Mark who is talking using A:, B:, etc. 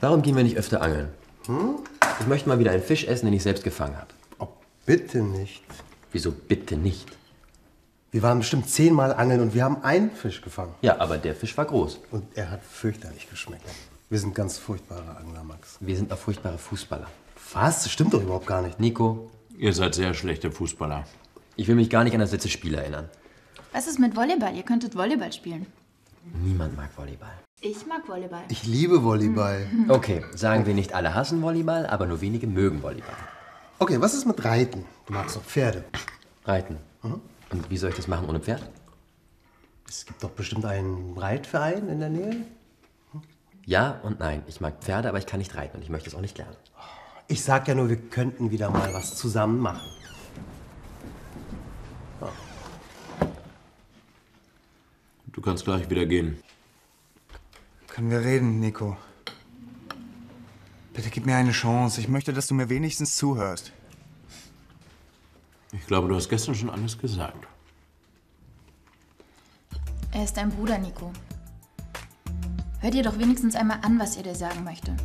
A: Warum gehen wir nicht öfter angeln? Hm? Ich möchte mal wieder einen Fisch essen, den ich selbst gefangen habe.
B: Oh, bitte nicht.
A: Wieso bitte nicht?
B: Wir waren bestimmt zehnmal angeln und wir haben einen Fisch gefangen.
A: Ja, aber der Fisch war groß.
B: Und er hat fürchterlich geschmeckt. Wir sind ganz furchtbare Angler, Max.
A: Wir sind auch furchtbare Fußballer.
B: Was? Das stimmt doch überhaupt gar nicht.
A: Nico,
C: Ihr seid sehr schlechte Fußballer.
A: ich will mich gar nicht an das letzte Spiel erinnern.
D: Was ist mit Volleyball? Ihr könntet Volleyball spielen.
A: Niemand mag Volleyball.
D: Ich mag Volleyball.
B: Ich liebe Volleyball.
A: Okay, sagen wir nicht alle hassen Volleyball, aber nur wenige mögen Volleyball.
B: Okay, was ist mit Reiten? Du magst doch Pferde.
A: Reiten. Und wie soll ich das machen ohne Pferd?
B: Es gibt doch bestimmt einen Reitverein in der Nähe.
A: Ja und nein. Ich mag Pferde, aber ich kann nicht reiten und ich möchte es auch nicht lernen.
B: Ich sag ja nur, wir könnten wieder mal was zusammen machen.
C: Du kannst gleich wieder gehen.
E: Können wir reden, Nico? Bitte gib mir eine Chance. Ich möchte, dass du mir wenigstens zuhörst.
C: Ich glaube, du hast gestern schon alles gesagt.
D: Er ist dein Bruder, Nico. Hör dir doch wenigstens einmal an, was er dir sagen möchte.